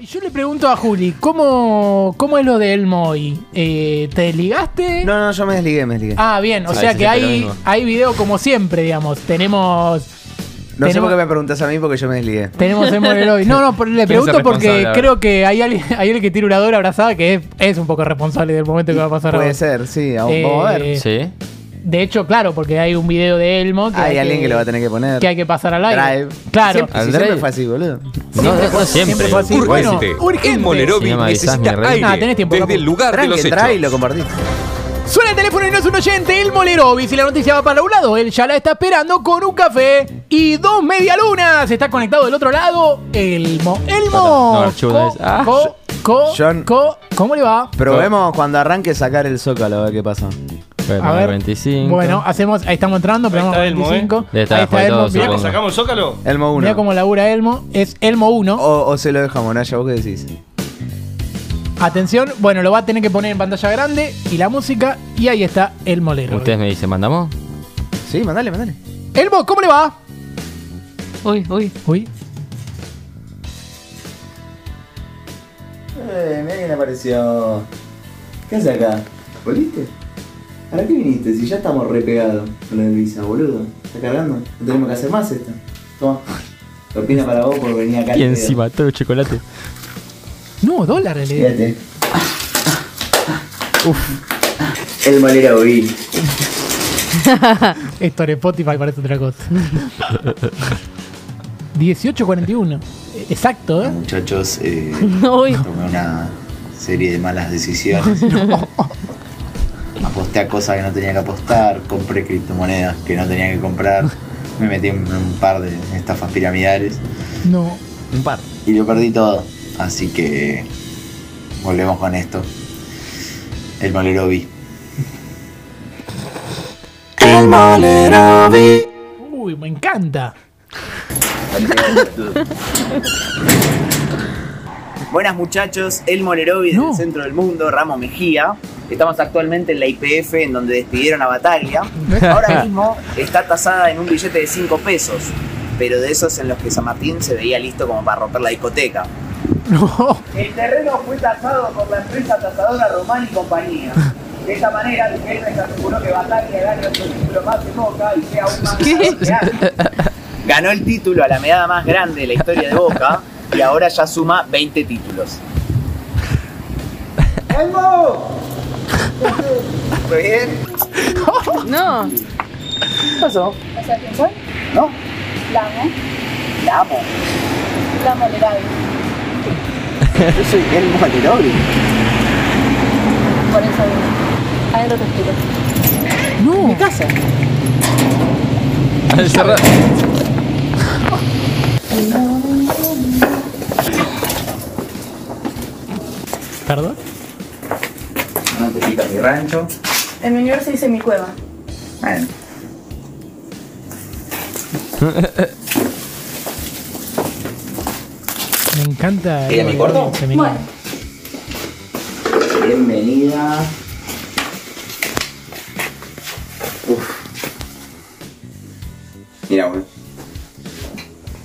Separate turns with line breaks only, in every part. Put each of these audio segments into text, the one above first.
Y yo le pregunto a Juli, ¿cómo, cómo es lo de Elmo hoy? Eh, ¿Te ligaste?
No, no, yo me desligué, me desligué.
Ah, bien, o
Ah,
sea
sí,
que
siempre lo
hay,
mismo.
hay video como siempre, digamos. Tenemos
no sé
tenemos-
por qué me preguntas a mí porque yo me desligué.
tenemos Elmo en el hoy. No, no, por- le
¿Quién es el
pregunto porque
responsable ahora?
creo que hay alguien, hay alguien que tiene una dora abrazada que es, es un poco responsable del momento que va a pasar ahora.
Puede ser, sí, aún-
Eh,
vamos a ver.
Sí.
De hecho, claro, porque hay un video de Elmo que,
Hay alguien que lo va a tener que poner.
que hay que pasar al aire.
Drive.
Claro.
Siempre, si
Al
siempre
drive.
fue así, boludo.
No, no, no, siempre.
Siempre fue así.
Igual.
Bueno,
Urgente.
urgente.
El
Si
Molerovi
no me avisás, me
necesita
reí.
aire
Ah, tenés tiempo,
desde
Capu.
el lugar de
Tranqui,
los
entrá y
hechos.
lo compartí.
Suena el teléfono y no es un oyente, el Molerovis y la noticia va para un lado. Él ya la está esperando con un café y dos medialunas. Está conectado del otro lado, Elmo. Elmo.
No, archivo
Co-
no es. Ah.
co- co-
John.
co- ¿Cómo le va?
Probemos cuando arranque sacar el zócalo, a ver qué pasa.
Bueno, 25.
Bueno, hacemos. Ahí estamos entrando, pero vamos
está Elmo,
25.
¿eh? Está,
Ahí está
fue
Elmo.
todo,
Mirá,
supongo.
¿Sacamos el Zócalo?
Elmo 1.
mirá cómo labura Elmo. Es Elmo 1.
O, o se lo dejamos, Naya, vos qué decís.
Atención, bueno, lo va a tener que poner en pantalla grande y la música. Y ahí está el molero.
Ustedes me dicen, ¿mandamos?
Sí, mandale, mandale.
Elmo, ¿cómo le va?
Uy, uy.
Uy.
Eh, mira quién apareció. ¿Qué haces acá? ¿Volviste? ¿Para qué viniste? Si ya estamos re pegados con la Luisa, boludo. ¿Está cargando? No tenemos que hacer más esto. Toma. Propina para vos por venir acá. al
Y
pedo.
encima, todo el chocolate.
No, dólares le di.
Fíjate. Uf. El malera oí.
Esto en Spotify parece otra cosa. 18.41. Eh, Exacto, ¿eh?
Muchachos, eh,
Uy.
tomé una serie de malas decisiones. Aposté a cosas que no tenía que apostar, compré criptomonedas que no tenía que comprar, me metí en un par de estafas piramidales
No.
Un par.
y lo perdí todo. Así que volvemos con esto. El malero vi.
Uy, me encanta.
Buenas muchachos, El Molerovi del
No.
centro del mundo, Ramo Mejía. Estamos actualmente en la IPF en donde despidieron a Bataglia. Ahora mismo está tasada en un billete de 5 pesos, pero de esos en los que San Martín se veía listo como para romper la discoteca.
No.
El terreno fue tasado por la empresa tasadora Román y compañía. De esta manera, el se aseguró que Bataglia gane otro título más de Boca y sea aún más Ganó el título a la medada más grande de la historia de Boca y ahora ya suma 20 títulos. ¿Fue bien?
No.
¿Qué pasó?
O sea, ¿quién soy?
¿No?
La amo,
La amo.
la molerada.
Yo soy el Molerovi.
Por eso vine. Adentro te explico.
No.
Mi casa.
Al cerrar.
¿Perdón?
No te quitas mi rancho.
En mi universo hice mi cueva.
Bueno,
Me encanta.
¿Ella me
el-
cortó?
el femenino.
Bueno,
bienvenida. Mira, bueno.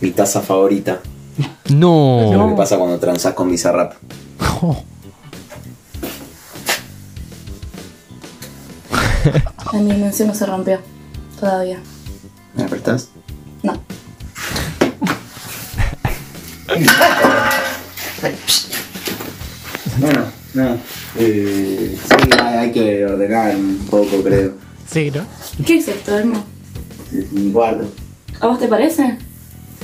Mi taza favorita.
No.
Lo que pasa cuando transás con Bizarrap.
en mi dimensión no se rompió. Todavía.
¿Me apretás?
No.
Bueno, no. Eh, sí, hay, hay que ordenar un poco, creo.
Sí, ¿no?
¿Qué es esto, Elmo?
Es mi cuarto.
¿A vos te parece?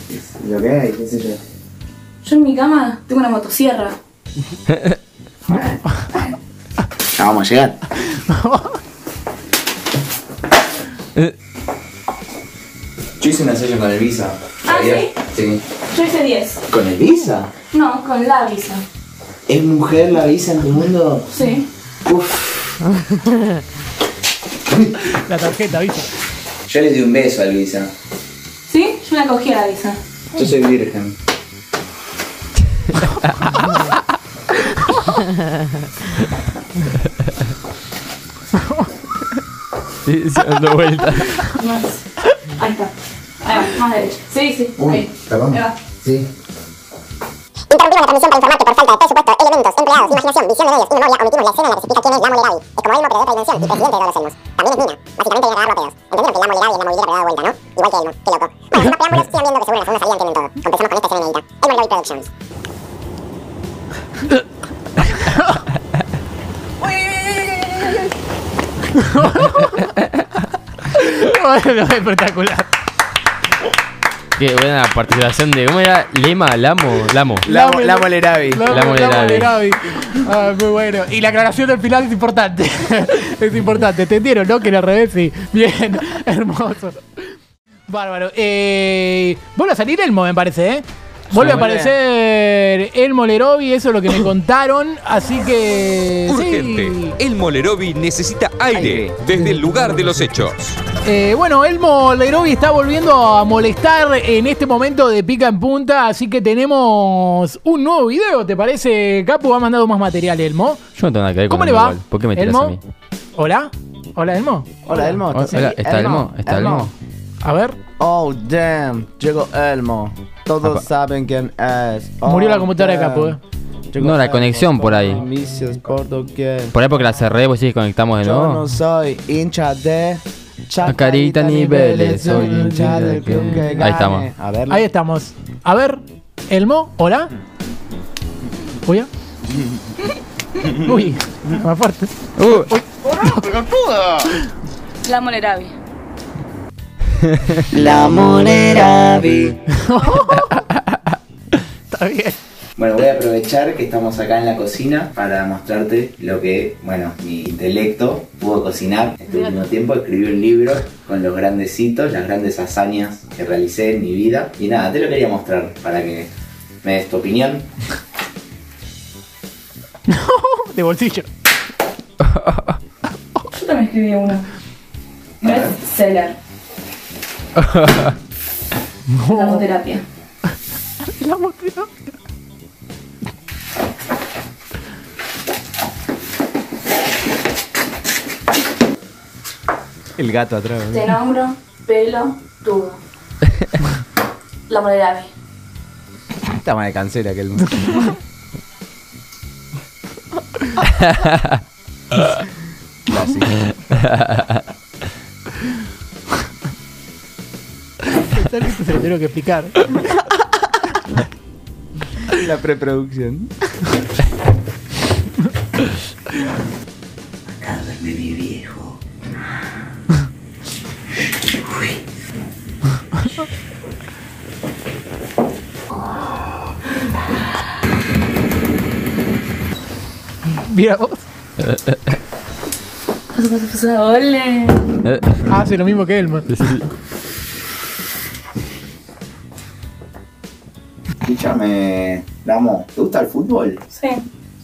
Es lo que hay, qué sé yo.
Yo en mi cama tengo una motosierra.
Ya vamos a llegar. Yo hice una sesión con el Visa.
Ah, ¿sí?
Sí.
Yo hice 10.
¿Con el Visa?
No, con la visa.
¿Es mujer la Visa en tu mundo?
Sí.
La tarjeta, ¿viste?
Yo le di un beso al Visa.
¿Sí? Yo la cogí a la visa.
Yo soy virgen.
Sí, sí, dando vuelta.
Más. Ahí está. Ahí va, más derecha. Sí, sí. Ahí. Ahí va.
Sí.
Interrumpimos la
omisión por informarte por falta de presupuesto, elementos, empleados, imaginación, visión de medios y memoria, omitimos la escena en la que se explica quién es Lamo Leravi, es como el predador de la dimensión y presidente de todos los Elmos. También es Mina, básicamente viene a cagarlo a pedos. Entendieron que el Lamo Leravi es la movilidad predada de vuelta, ¿no? Igual que Elmo, qué loco. Bueno, sin más preámbulos, sigan viendo que seguro en la segunda salida entienden todo. Empezamos con esta escena inédita, Elmo Leravi Productions.
Bueno, espectacular.
Qué buena participación de. ¿Cómo era? Lema, Lamo, Lamo.
La, la Moleravi.
La Moleravi.
Moleravi. Ah, muy bueno. Y la aclaración del final es importante. es importante. ¿Entendieron, no? Que era al revés, sí. Bien. Hermoso. Bárbaro. Eh, vuelve a salir Elmo, me parece, ¿eh? Vuelve a
Muy bien.
aparecer Elmo Lerovi, eso es lo que me contaron. Así que.
Urgente.
Sí.
El Molerovi necesita aire desde el lugar de los hechos.
Eh, bueno, Elmo Lerovi está volviendo a molestar en este momento de pica en punta, así que tenemos un nuevo video, ¿te parece? Capu ha mandado más material, Elmo.
Yo no tengo nada que ver con
¿Cómo le
Elmo
va?
igual. ¿Por qué me tiras
Elmo?
a mí?
¿Hola? ¿Hola, Elmo?
Hola, Elmo.
Hola,
¿estás ahí?
¿Está Elmo? ¿Está Elmo?
A ver,
Oh, damn. Llegó Elmo. Todos
Apa.
saben quién es. Oh,
murió la computadora de Capu, eh.
damn. Llegó
No, la
Elmo,
conexión por ahí.
Inicios por doquier.
Por ahí porque la cerré, pues sí, conectamos de
Yo
nuevo.
no soy hincha de
Chacarita ni Vélez, soy hincha del club que gane. Ahí estamos.
A ver,
ahí estamos. A ver, Elmo, ¿hola? Uy, ah. Uy, más fuerte.
Uh,
La Moleravi.
la monera vi.
Está bien.
Bueno, voy a aprovechar que estamos acá en la cocina para mostrarte lo que, bueno, mi intelecto pudo cocinar este último tiempo. Escribí un libro con los grandes hitos, las grandes hazañas que realicé en mi vida. Y nada, te lo quería mostrar para que me des tu opinión.
De bolsillo.
Yo también escribí uno. Best seller. La terapia.
La motivo-
El gato atrás.
Te nombro pelo tubo. La moneda B.
Está más de cancela que el Clásico.
Pensar que esto se lo tengo que explicar.
La preproducción.
Acá duerme mi viejo.
Mira vos.
Pasa, pasa, pasa. Ole.
eh,
Ah, Hace lo mismo que Elmo.
Escúchame, Ramo, ¿te gusta el fútbol?
Sí.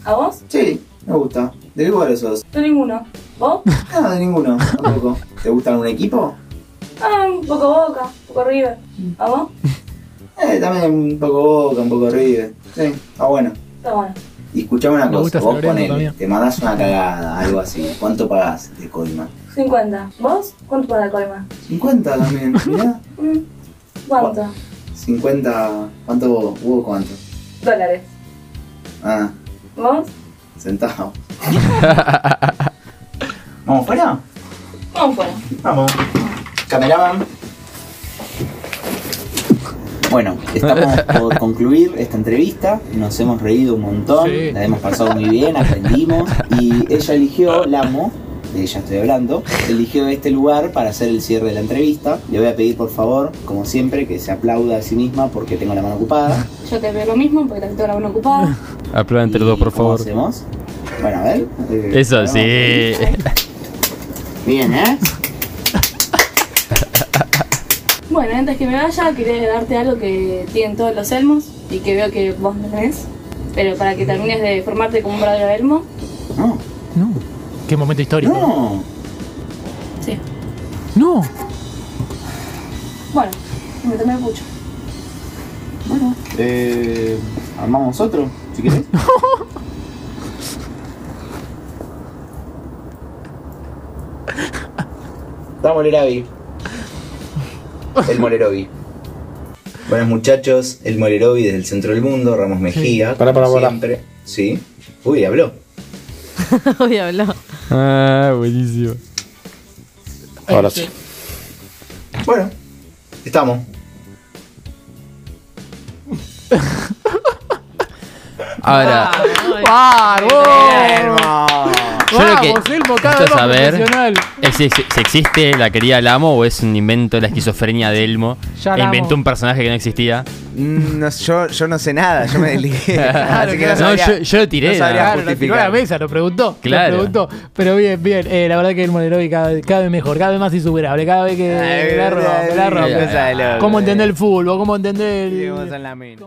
¿A vos?
Sí, me gusta. ¿De qué cuadro sos?
Yo ninguno. ¿Vos?
No, de ninguno, tampoco. ¿Te gusta algún equipo?
Ah, un poco boca, un poco arriba. ¿A vos?
Eh, también un poco Boca, un poco River. Sí, está bueno.
Está bueno.
Y escuchame una
Me gusta
cosa, vos
Florento
ponele,
también.
te mandás una cagada, algo así. ¿Cuánto pagás de coima?
50. ¿Vos? ¿Cuánto para la colma?
50 también, mirá.
Mm, ¿Cuánto?
50, ¿cuánto vos? ¿Vos cuánto?
Dólares.
Ah,
¿Vos?
centavo. ¿Vamos fuera?
¿Cómo fuera?
Vamos. Cameraman. Bueno, estamos por concluir esta entrevista. Nos hemos reído un montón,
Sí.
la hemos pasado muy bien, aprendimos. Y ella eligió, Lamo, de ella estoy hablando, eligió este lugar para hacer el cierre de la entrevista. Le voy a pedir, por favor, como siempre, que se aplauda a sí misma porque tengo la mano ocupada.
Yo te veo lo mismo porque también tengo la mano ocupada.
Aplaudan entre los dos,
¿Y
por
cómo
favor.
hacemos? Bueno, a ver. eh,
Eso
vamos.
sí.
Bien, ¿eh?
Bueno, antes que me vaya, quería darte algo que tienen todos los elmos y que veo que vos no tenés. Pero para que termines de formarte como un verdadero elmo,
No,
No. Qué momento histórico.
no.
sí.
No.
Bueno, me tomé mucho.
Bueno, eh, armamos otro, si querés. Está Moleravi. El Molerovi.
Buenos muchachos, el Morerovi desde el centro del mundo, Ramos Mejía.
Pará, pará,
como
pará.
Siempre. Sí. Uy, habló.
Hoy habló.
Ah, buenísimo.
Ahora sí.
Bueno, estamos.
Ahora,
Ah. ¡Vamos!
yo lo que
Vamos, Elmo, cada
necesito
vez más
saber
profesional.
es si, si- si existe la querida del amo o es un invento de la esquizofrenia de Elmo.
Ya
E
la
inventó
amo.
un personaje que no existía.
Mm, no, yo, yo no sé nada, yo me desligué. Así que
claro.
No, yo- yo lo tiré,
No sabría
Claro, lo tiró a la
justificar.
mesa, lo preguntó.
Claro.
Lo preguntó. Pero bien, bien. Eh, la verdad que el Monerovi cada, cada vez mejor, cada vez más insuperable, cada vez que
Ay,
la rompe, la
ay,
rompe.
cosa de loco,
¿Cómo
eh.
entender el fútbol? ¿Cómo entender el-
Vivimos en la mina.